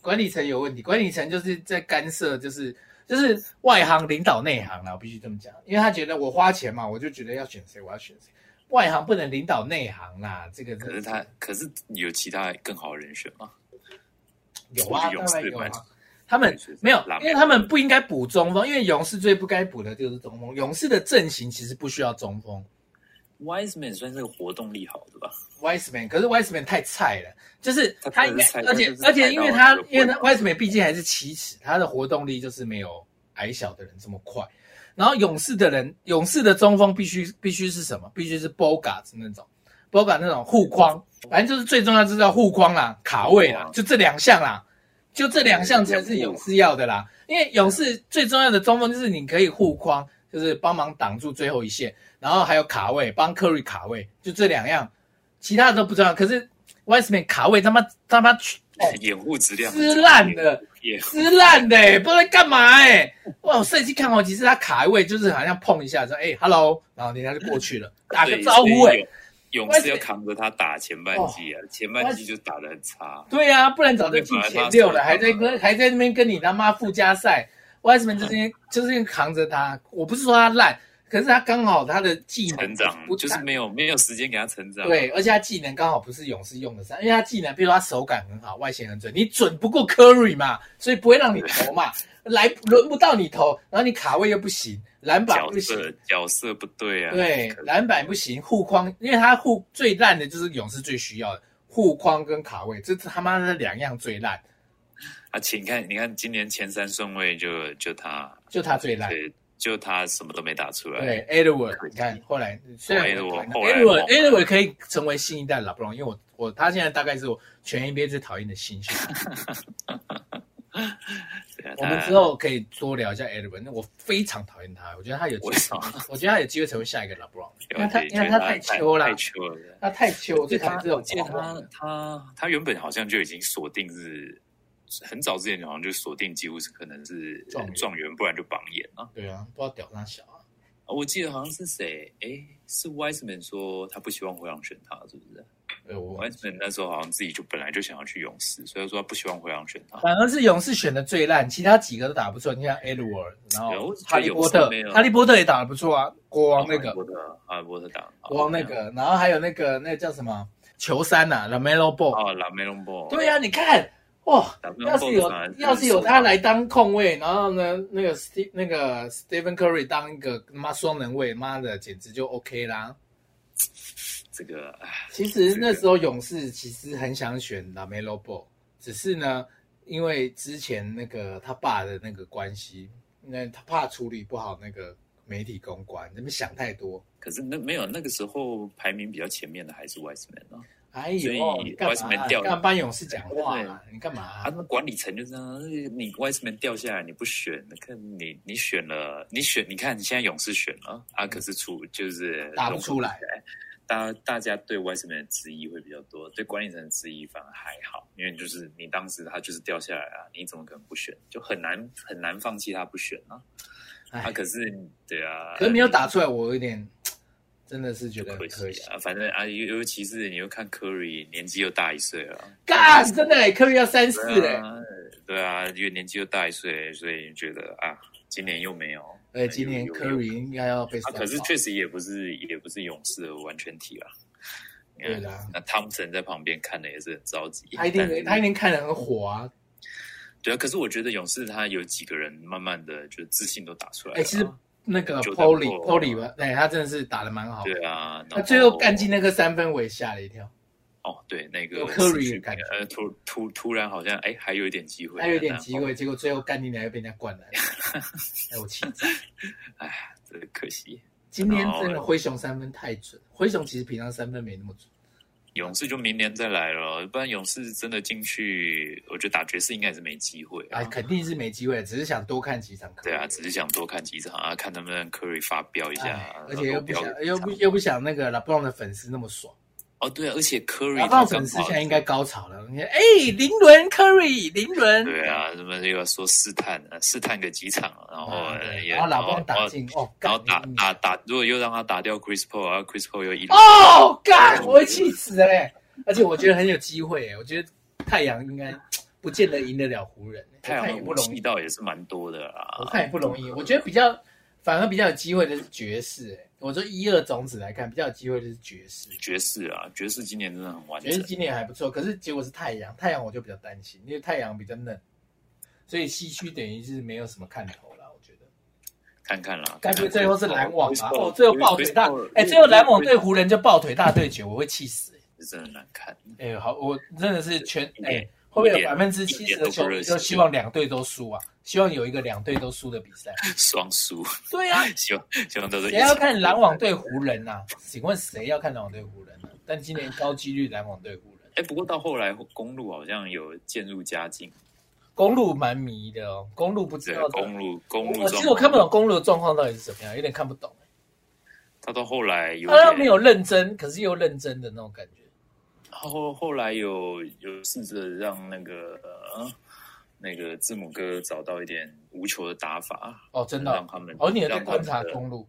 S1: 管理层有问题，管理层就是在干涉，就是就是外行领导内行啦，我必须这么讲，因为他觉得我花钱嘛，我就觉得要选谁，我要选谁。外行不能领导内行啦，这个真
S2: 可
S1: 的
S2: 是他，可是有其他更好的人选吗？
S1: 有啊，
S2: 我觉得
S1: 当
S2: 勇士
S1: 然有啊
S2: 蛮。
S1: 他们
S2: 就是
S1: 没有
S2: 拉，美
S1: 因为他们不应该补中锋，因为勇士最不该补的就是中锋。勇士的阵型其实不需要中锋
S2: Wiseman 算是活动力好的吧？
S1: ，Wiseman，可是 Wiseman 太菜了，就是
S2: 他
S1: 他应该
S2: 真，的
S1: 而且而
S2: 是菜他就是菜
S1: 且
S2: 到
S1: 因为他
S2: 我觉得不会
S1: 因为他 Wiseman 毕竟还是七尺，他的活动力就是没有矮小的人这么快。然后勇士的人，勇士的中锋必须必须是什么？必须是 Bogarts 那种，Bogarts 那种护框，反正就是最重要就是要护框啦、卡位啦
S2: 哇，
S1: 就这两项啦。就这两项才是勇士要的啦。因为勇士最重要的中锋就是你可以护框，就是帮忙挡住最后一线，然后还有卡位，帮 Curry 卡位，就这两样，其他的都不重要。可是 Wiseman 卡位他妈他妈去哦
S2: 掩护质量
S1: 撕烂的，
S2: 也
S1: 撕烂的、欸，不知道在干嘛哎、哇，我设计看好几次他卡位就是好像碰一下说哎、hello，然后人家就过去了，打个招呼哎、哦
S2: 对所以勇勇士要扛着他打前半季啊，前半季就打得很差。
S1: 对呀、不然早就进前六了，还在跟还在那边跟你他妈附加赛，Wiseman 就是因为就是因为扛着他，我不是说他烂，可是他刚好他的技能
S2: 成长
S1: 不
S2: 就是没有没有时间给他成长，，
S1: 对，而且他技能刚好不是勇士用得上，因为他技能，比如说他手感很好，外线很准，你准不过 Curry 嘛，所以不会让你投嘛，来轮不到你投，然后你卡位又不行，篮板
S2: 角
S1: 不行，
S2: 色角色不对啊，
S1: 对
S2: 可，
S1: 篮板不行，护框，因为他护最烂的就是勇士最需要的护框跟卡位，这他妈的两样最烂，
S2: 啊，请看，你看今年前三顺位就就他，
S1: 就他最烂。
S2: 对，就他什么都没打出来，
S1: 对，Edward，
S2: 可惜
S1: 你看后来虽然
S2: Edward，
S1: 我看到
S2: 后来
S1: Edward
S2: 猛了
S1: Edward 可以成为新一代老布朗，因为我我他现在大概是我全 NBA 最讨厌的新秀。
S2: 对啊，
S1: 我们
S2: 他
S1: 之后可以多聊一下 Edward，那我非常讨厌他，我觉得他有机
S2: 为
S1: 会
S2: 什么，
S1: 我觉得他有机会成为下一个老布朗，因为
S2: 了
S1: 他
S2: 解
S1: 因为他
S2: 觉得
S1: 太秋了
S2: 太，秋了。
S1: 他太秋，我
S2: 我记
S1: 最
S2: 得
S1: 讨厌
S2: 他
S1: 这，种
S2: 我记得
S1: 黄黄
S2: 他
S1: 的，
S2: 他他原本好像就已经锁定是，很早之前好像就锁定几乎是可能是
S1: 状元
S2: 状元，不然就榜眼啊。
S1: 对啊，不知道屌他小啊，
S2: 啊我记得好像是谁，诶，是 Wiseman 说他不希望灰狼选他，是不是
S1: 呃我忘记
S2: ？Wiseman 那时候好像自己就本来就想要去勇士，所以说他不希望灰狼选他。
S1: 反而是勇士选的最烂，其他几个都打不错，你像 Edward，然
S2: 有
S1: 后
S2: 我觉得
S1: 哈利波
S2: 勇士
S1: 特
S2: 没有，哦
S1: 哈利波特也打得不错啊，国王那
S2: 哈
S1: 个
S2: 利。波特，哈利波特打，啊
S1: 国王那个，然后还有那个那个叫什么球衫呐、啊、，Lamelo Ball。
S2: 哦，拉梅隆波，
S1: 对呀、啊你看，哇，
S2: LaMelo
S1: 要是有
S2: Ball 反而
S1: 要是有他来当控卫，然后呢，那个 Ste 那个 Stephen Curry 当一个妈双能卫，妈的简直就 OK 啦。
S2: 这个，哎唉
S1: 其实那时候勇士其实很想选 Lamelo Ball，只是呢，因为之前那个他爸的那个关系，那他怕处理不好那个媒体公关，那边想太多。
S2: 可是那没有那个时候排名比较前面的还是 Wiseman 啊。
S1: 哎呦，
S2: 所以
S1: 你干
S2: Wiseman
S1: 嘛？
S2: 掉了
S1: 干帮勇士讲话
S2: 对
S1: 啊？你干嘛啊、
S2: 啊，那管理层就这样，你 Wiseman 掉下来，你不选，那看你你选了，你选，你看你现在勇士选了啊，可是出就是哎
S1: 打不出来，
S2: 大大家对 Wiseman 的质疑会比较多，对管理层的质疑反而还好，因为就是你当时他就是掉下来啊，你怎么可能不选？就很难很难放弃他不选啊。啊，
S1: 哎，
S2: 可是对啊，
S1: 可是没有打出来，我有点真的是觉得很
S2: 可
S1: 可惜
S2: 惜。啊，反正啊，尤尤其是你又看 Curry 年纪又大一岁了啊，
S1: 干，真的、欸，科比要三四
S2: 对
S1: 哎，
S2: 啊，对啊，因为年纪又大一岁，所以觉得啊，今年又没有。
S1: 而且哎今年
S2: 哎有有
S1: 科比应该要被
S2: 啊，
S1: 算
S2: 可是
S1: 爆
S2: 确实也不是也不是勇士的完全体啦。
S1: 对啦
S2: 那汤普森在旁边看的也是很着急。
S1: 他一
S2: 但是
S1: 定他一定看得很火啊！
S2: 对啊，可是我觉得勇士他有几个人慢慢的就自信都打出来了啊。
S1: 哎其实那个
S2: Jordan
S1: Polly
S2: Poole
S1: Polly 吧，对他真的是打得蛮好的，
S2: 对啊，然
S1: 他最后干进
S2: 进
S1: 那个三分，我也吓了一跳，
S2: 哦，对那个
S1: 有 Curry
S2: 失去
S1: 的感觉
S2: 呃，突突突然好像哎还有一点机会，啊
S1: 还有一点
S2: 但
S1: 机会，结果最后干进来又被人家 灌篮，哎，我气炸！
S2: 哎，真的可惜。
S1: 今天真的灰熊三分太准，灰熊其实平常三分没那么准，
S2: 勇士就明年再来了，不然勇士真的进去，我觉得打爵士应该也是没机会啊
S1: 哎，。肯定是没机会，只是想多看几场。
S2: 对啊，只是想多看几场啊，看能不能 Curry 发飙一下
S1: 哎
S2: 啊，，
S1: 而且又
S2: 不
S1: 不想又不又不想那个 LeBron 的粉丝那么爽。
S2: 哦，对啊，而且 Curry
S1: 然
S2: 他
S1: 后粉
S2: 刚好
S1: 丝现在应该高潮了，你看，哎，林伦 Curry，林伦，
S2: 对啊，什么又要说试探，呃试探个几场，然后
S1: 啊
S2: 呃
S1: 对
S2: 也
S1: 然后老公
S2: 然
S1: 打
S2: 后
S1: 进，哦，
S2: 然后
S1: 干
S2: 打
S1: 你
S2: 打打，如果又让他打掉 Chris Paul，然后 Chris Paul 又一
S1: 哦，干，我会气死嘞、而且我觉得很有机会、欸，我觉得太阳应该不见得赢得了湖人、欸，
S2: 太阳
S1: 我看
S2: 的
S1: 也
S2: 武
S1: 不容
S2: 器
S1: 易，
S2: 倒也是蛮多的
S1: 我
S2: 啦。
S1: 看也不容易。我觉得比较反而比较有机会的是爵士、欸，我说一二种子来看，比较有机会的是爵士。
S2: 爵士啊，爵士今年真的很完
S1: 爵士
S2: 整。
S1: 今年还不错，可是结果是太阳，太阳我就比较担心，因为太阳比较嫩，所以西区等于是没有什么看头了，我觉得。
S2: 看看啦，
S1: 该不会
S2: 看看
S1: 最后是篮网
S2: Chris
S1: 吧？
S2: Paul-
S1: 哦，最后抱腿大
S2: Chris Paul-，
S1: 哎，最后篮网对湖人就抱腿大对决，我会气死、欸。
S2: 真的难看。
S1: 哎、好，我真的是全
S2: 一
S1: 哎、
S2: 点
S1: 后面
S2: 一
S1: 有
S2: 点
S1: 百分之七十的球迷都希望两队都输啊，希望有一个两队都输的比 赛。
S2: 双输，
S1: 对啊，
S2: 希望希望都是一
S1: 谁要看篮网对湖人呐、啊？请问谁要看篮网对湖人呢、啊但今年高几率篮网对湖人，啊
S2: 哎、不过到后来公路好像有渐入佳境，
S1: 公路蛮迷的哦，公路不知
S2: 对
S1: 道，的。
S2: 公路公路
S1: 我其
S2: 状
S1: 实我看不懂，公路的状况到底是怎么样，有点看不懂、
S2: 他到后来有
S1: 他
S2: 点
S1: 没有认真，可是又认真的那种感觉。
S2: 后后来有有试着让那个、呃、那个字母哥找到一点无球的打法，
S1: 哦，真的
S2: 让
S1: 哦，
S2: 他们
S1: 哦你有在
S2: 让他
S1: 观
S2: 们
S1: 察
S2: 的
S1: 公路，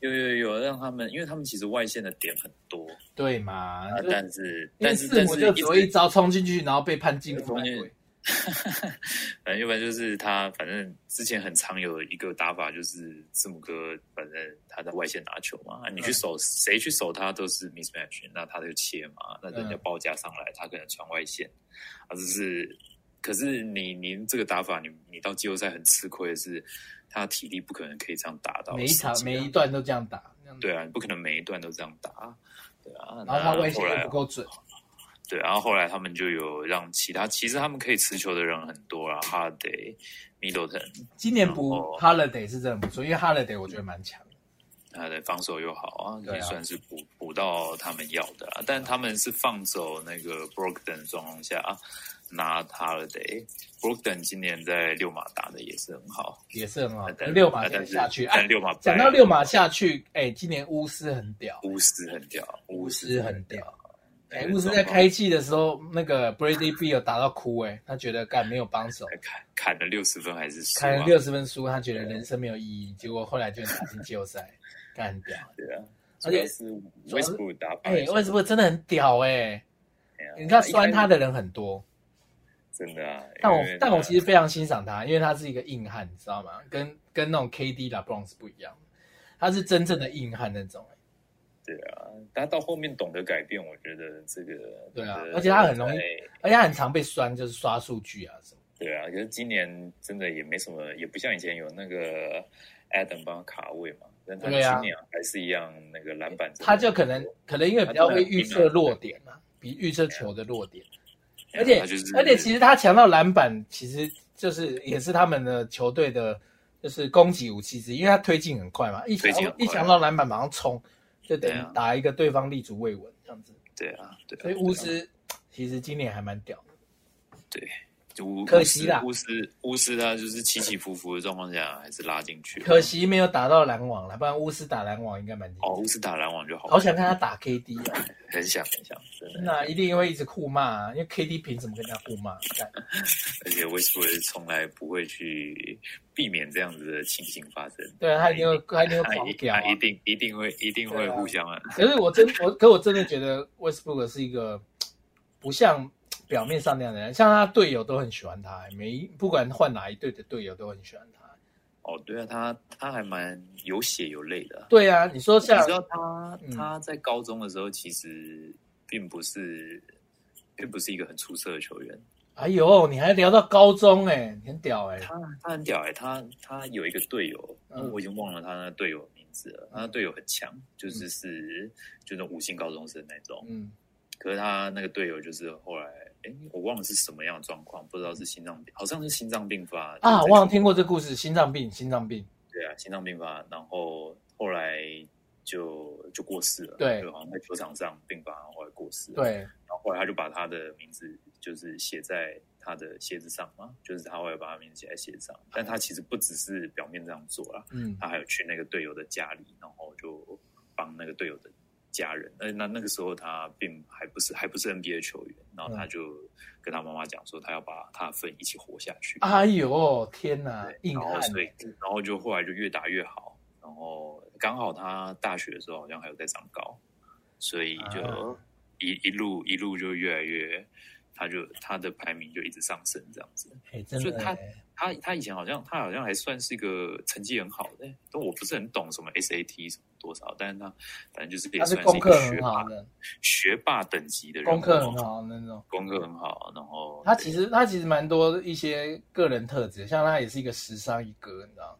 S2: 有有有让他们，因为他们其实外线的点很多，
S1: 对嘛？
S2: 啊
S1: 就、
S2: 但是
S1: 因为
S2: 但是
S1: 字
S2: 但
S1: 母
S2: 是
S1: 就
S2: 一
S1: 只会一
S2: 直
S1: 招冲进去，然后被判进攻
S2: 中间
S1: 犯规
S2: 反正要不然就是他反正之前很常有一个打法就是字母哥，反正他在外线拿球嘛，啊你去
S1: 嗯
S2: 守谁去守他都是 mismatch，那他就切嘛，那人家
S1: 嗯
S2: 包夹上来，他可能传外线，啊就是，可是你您这个打法，你你到季后赛很吃亏的是，他体力不可能可以这样打到
S1: 每一场
S2: 十几
S1: 每
S2: 啊
S1: 一段都这样打，这样打
S2: 对啊，你不可能每一段都这样打，对啊，
S1: 然后他
S2: 那
S1: 外线
S2: 后来哦
S1: 又不够准，
S2: 对，然后后来他们就有让其他，其实他们可以持球的人很多啦，Hardy、Middleton，
S1: 今年补
S2: 然后
S1: Holiday 是真的不错，因为 Holiday 我觉得蛮强的，
S2: 他的防守又好啊，
S1: 对啊
S2: 也算是补补到他们要的啦。但他们是放走那个 Brogdon 的状况下拿 Holiday，Brogdon 今年在六马打的也是很好，
S1: 也是很好
S2: 啊。但
S1: 六马
S2: 啊
S1: 现在
S2: 但是
S1: 下去，哎
S2: 但，六马
S1: 讲到六马下去，哎，今年巫师很屌，
S2: 巫师很屌，
S1: 巫
S2: 巫
S1: 师很屌。哎，
S2: 那个
S1: 巫师在开季的时候，那个 Brady B 有打到哭，哎，他觉得干没有帮手，
S2: 砍砍了六十分还是输
S1: 砍
S2: 啊
S1: 了？六十分输，他觉得人生没有意义，结果后来就打进季后赛，干很屌。
S2: 对啊，
S1: 而且
S2: 主
S1: 主
S2: 要
S1: 要
S2: 是
S1: 是
S2: Westbrook 打败，
S1: 哎，为什么真的很屌哎？
S2: 哎呀
S1: 你看
S2: 一
S1: 酸
S2: 开
S1: 他的人很多，
S2: 真的啊，
S1: 但我
S2: 因为
S1: 但我
S2: 他
S1: 其实非常欣赏他，因为他是一个硬汉，你知道吗？跟跟那种 KD、LeBron 是不一样的，他是真正的硬汉那种、欸
S2: 对啊，他到后面懂得改变，我觉得这个
S1: 对啊
S2: 这个
S1: 而且他很容易
S2: 在
S1: 而且他很常被酸，就是刷数据啊什么。
S2: 对啊，可是今年真的也没什么，也不像以前有那个 Adam 帮他卡位嘛，但他
S1: 对啊
S2: 今年还是一样那个篮板真的很多，
S1: 他就可能可能因为比较会预测落点嘛，比预测球的落点，
S2: 啊对啊，
S1: 而且
S2: 他就是
S1: 而且其实他抢到篮板，其实就是也是他们的球队的，就是攻击武器之一，因为他推进很快嘛，一抢
S2: 推进很快
S1: 一
S2: 啊
S1: 抢到篮板马上冲，就等于
S2: 对啊
S1: 打一个对方立足未稳这样子。
S2: 对啊，对啊。
S1: 所以
S2: 对啊
S1: 巫师其实今年还蛮屌的，
S2: 就巫
S1: 可惜啦
S2: 巫师巫师他就是起起伏伏的状况下，还是拉进去了。
S1: 可惜没有打到篮网了，不然巫师打篮网应该蛮精彩。
S2: 哦，巫师打篮网就好，
S1: 好想看他打 KD 哦，
S2: 很想很想，真的。
S1: 那一定会一直互骂、啊，因为 KD 凭什么跟他互骂？干
S2: 而且 Westbrook 从来不会去避免这样子的情形发生。
S1: 对啊，他一定 会，他一定会
S2: 他
S1: 狂
S2: 一
S1: 屌、
S2: 他
S1: 啊
S2: 一。定一定会一定会
S1: 对啊
S2: 互相啊，
S1: 可是我真我，可我真的觉得 Westbrook 是一个不像表面上那样的人，像他队友都很喜欢他，每一不管换哪一队的队友都很喜欢他。
S2: 哦，对啊，他他还蛮有血有泪的啊。
S1: 对啊，你说
S2: 你
S1: 像
S2: 知道他
S1: 嗯
S2: 他在高中的时候其实并不是并不是一个很出色的球员，
S1: 哎呦，你还聊到高中哎、你很屌哎、
S2: 他他很屌哎、他他有一个队友，
S1: 嗯
S2: 我已经忘了他那个队友的名字了，他的队友很强，就是是就那种五星高中生那种，
S1: 嗯，
S2: 可是他那个队友就是后来，哎，我忘了是什么样的状况，不知道是心脏病，好像是心脏病发
S1: 啊，
S2: 就是在
S1: 忘了听过这故事，心脏病，心脏病，
S2: 对啊，心脏病发，然后后来就就过世了，
S1: 对
S2: 就好像在球场上病发，然后后来过世了，，
S1: 对，
S2: 然后后来他就把他的名字就是写在他的鞋子上嘛，就是他会把他名字写在鞋子上，但他其实不只是表面这样做啦，
S1: 嗯，
S2: 他还有去那个队友的家里，然后就帮那个队友的家人。呃那那那个时候他并还不是还不是 NBA 球员，然后他
S1: 嗯
S2: 就跟他妈妈讲说，他要把他的份一起活下去。
S1: 哎呦，天哪
S2: 对，
S1: 硬
S2: 然后
S1: 汉，
S2: 所以然后就后来就越打越好，然后刚好他大学的时候好像还有在长高，所以就
S1: 啊
S2: 一、一路一路就越来越。他就他的排名就一直上升，这样子。
S1: 哎，真
S2: 所
S1: 的
S2: 以他
S1: 哎，
S2: 他他以前好像他好像还算是一个成绩很好的、欸但我不是很懂什么 SAT 什么多少，但是他反正就是也
S1: 他是
S2: 算是
S1: 功
S2: 一
S1: 课
S2: 个学
S1: 很好
S2: 霸
S1: 的，
S2: 学霸等级的人，哦
S1: 功课很，好的那种。
S2: 功课很好，然后
S1: 他其实他其实蛮多一些个人特质，像他也是一个时尚一哥，你知道吗？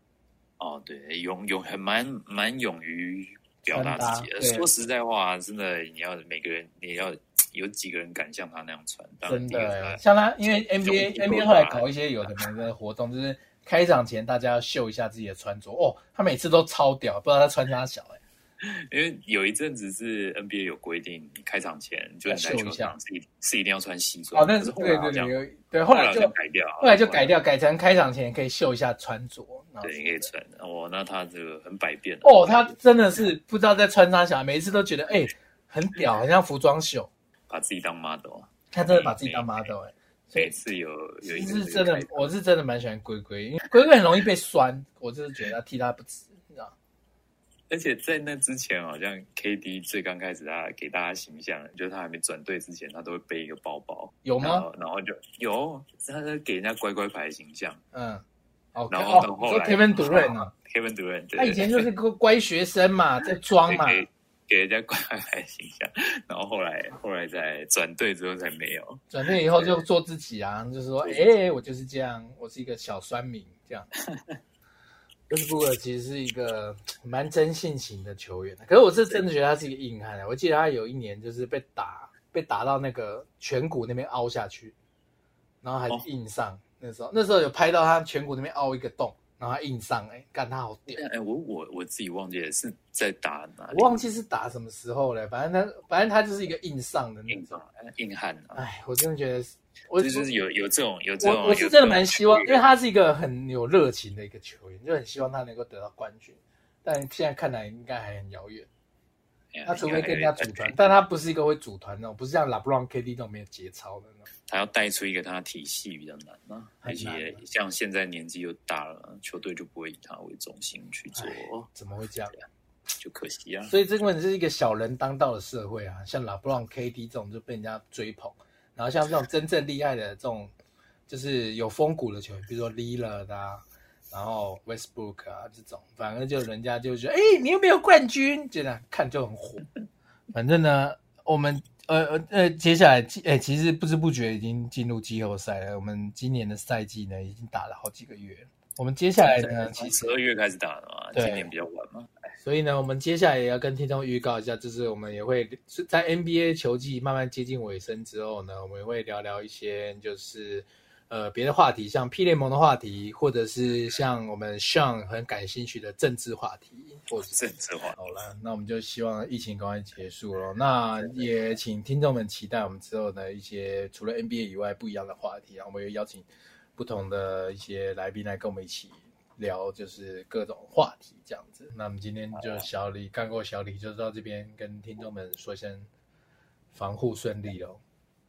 S2: 哦对，勇勇很蛮蛮勇于表达自己
S1: 穿搭
S2: 的。
S1: 对
S2: 说实在话，真的你要每个人你要有几个人敢像他那样穿？当然
S1: 真
S2: 第一个
S1: 的
S2: 是
S1: 欸，
S2: 啊他
S1: 像他因为
S2: 就
S1: NBA
S2: 就
S1: NBA 后来搞一些有的
S2: 啊
S1: 没的活动，就是开场前大家要秀一下自己的穿着哦，他每次都超屌，不知道他穿啥小哎、
S2: 因为有一阵子是 NBA 有规定，你开场前就
S1: 要
S2: 你在
S1: 秀
S2: 球
S1: 一下
S2: 场是一是一定要穿西装，
S1: 哦，那
S2: 可是后
S1: 对
S2: 来好
S1: 对
S2: 像
S1: 对有对，后来
S2: 来
S1: 就
S2: 就改掉，
S1: 后来就改。掉，改成开场前可以秀一下穿着。然后
S2: 对，可以穿。哦，那他这个很百变啊
S1: 哦，他真的是不知道在穿啥小，每一次都觉得哎、很屌，很像服装秀。
S2: 把自己当 model，啊
S1: 他真的把自己当 model
S2: 嗯
S1: 哎、所以
S2: 每次有有一
S1: 其
S2: 个
S1: 实
S2: 这个
S1: 真的
S2: 开，头
S1: 我是真的蛮喜欢龟龟，因为龟龟很容易被酸，我就是觉得他替他不值，你知道吗？
S2: 而且在那之前，好像 KD 最刚开始他给大家形象，就是他还没转队之前，他都会背一个包包，
S1: 有
S2: 然
S1: 吗？
S2: 后然后就有他在给人家乖乖牌的形象。
S1: 嗯，哦，
S2: 然后
S1: 哦
S2: 到，
S1: 你
S2: 后
S1: 说
S2: 来
S1: Kevin Durant 啊，
S2: Kevin Durant 对
S1: 他以前就是个乖学生嘛，在装嘛，
S2: 给给人家乖乖牌的形象，然后后来后来在转队之后才没有。
S1: 转变以后就做自己啊，就是说，哎，我就是这样，我是一个小酸民这 样。就是布尔其实是一个蛮真性情的球员，可是我是真的觉得他是一个硬汉啊。我记得他有一年就是被打，被打到那个颧骨那边凹下去，然后还
S2: 哦
S1: 硬上。那时候那时候有拍到他颧骨那边凹一个洞，然后他硬上，哎、干他好屌！
S2: 哎，我我我自己忘记了是在打哪里，
S1: 我忘记是打什么时候了，反正他反正他就是一个硬上的那
S2: 硬
S1: 种
S2: 汉。硬汉啊，
S1: 哎，我真的觉得是，我
S2: 这就是有有这种有这种，
S1: 我我是
S2: 有
S1: 真
S2: 这
S1: 的
S2: 种
S1: 蛮希望，
S2: 球
S1: 因
S2: 员
S1: 为他是一个很有热情的一个球员，就很希望他能够得到冠军。但现在看来应该还很遥远，
S2: 哎呀
S1: 他除非跟人家组团
S2: 应，该
S1: 但他不是一个会组团那哦种，不是像 LeBron、KD 那种没有节操的那种。
S2: 他要带出一个他的体系比较难啊，
S1: 很
S2: 而
S1: 难啊
S2: 且像现在年纪又大了，球队就不会以他为中心去做，
S1: 哎怎么会这样？
S2: 就可惜啊。
S1: 所以这根本是一个小人当道的社会啊，像 LeBron、KD 这种就被人家追捧，然后像这种真正厉害的这种，就是有风骨的球员，比如说 l i l a r 啊，然后 Westbrook 啊这种，反正就人家就觉得，哎、你又没有冠军，就这样看就很 火。反正呢，我们呃呃呃，接下来哎、其实不知不觉已经进入季后赛了。我们今年的赛季呢，已经打了好几个月了。我们接下来呢，其
S2: 从
S1: 实
S2: 十二月开始打的嘛，
S1: 啊对
S2: 今年比较晚嘛。
S1: 所以呢，我们接下来也要跟听众预告一下，就是我们也会在 NBA 球季慢慢接近尾声之后呢，我们也会聊聊一些就是呃别的话题，像 P 联盟的话题，或者是像我们 Sean 很感兴趣的政治话题，或者
S2: 政治化。
S1: 好了，那我们就希望疫情赶快结束咯。那也请听众们期待我们之后的一些除了 NBA 以外不一样的话题啊，我们也邀请不同的一些来宾来跟我们一起聊，就是各种话题这样子。那我们今天就小李干过小李，就到这边跟听众们说声防护顺利喽。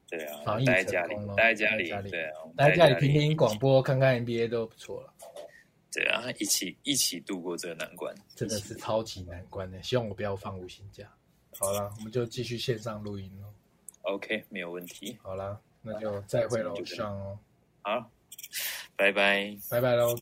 S2: 对啊，
S1: 防疫
S2: 待在家
S1: 成功
S2: 里，
S1: 咯
S2: 待在家里
S1: 待在家里，
S2: 对啊，我们
S1: 大家
S2: 在
S1: 家里听听广播，看看 NBA 都不错了，
S2: 对啊，一起一起度过这个难关，
S1: 真的是超级难关的。希望我不要放五星假。好了，我们就继续线上录音喽。
S2: OK，没有问题。
S1: 好啦，那就再会喽，上哦，
S2: 好，拜拜。
S1: 拜拜喽。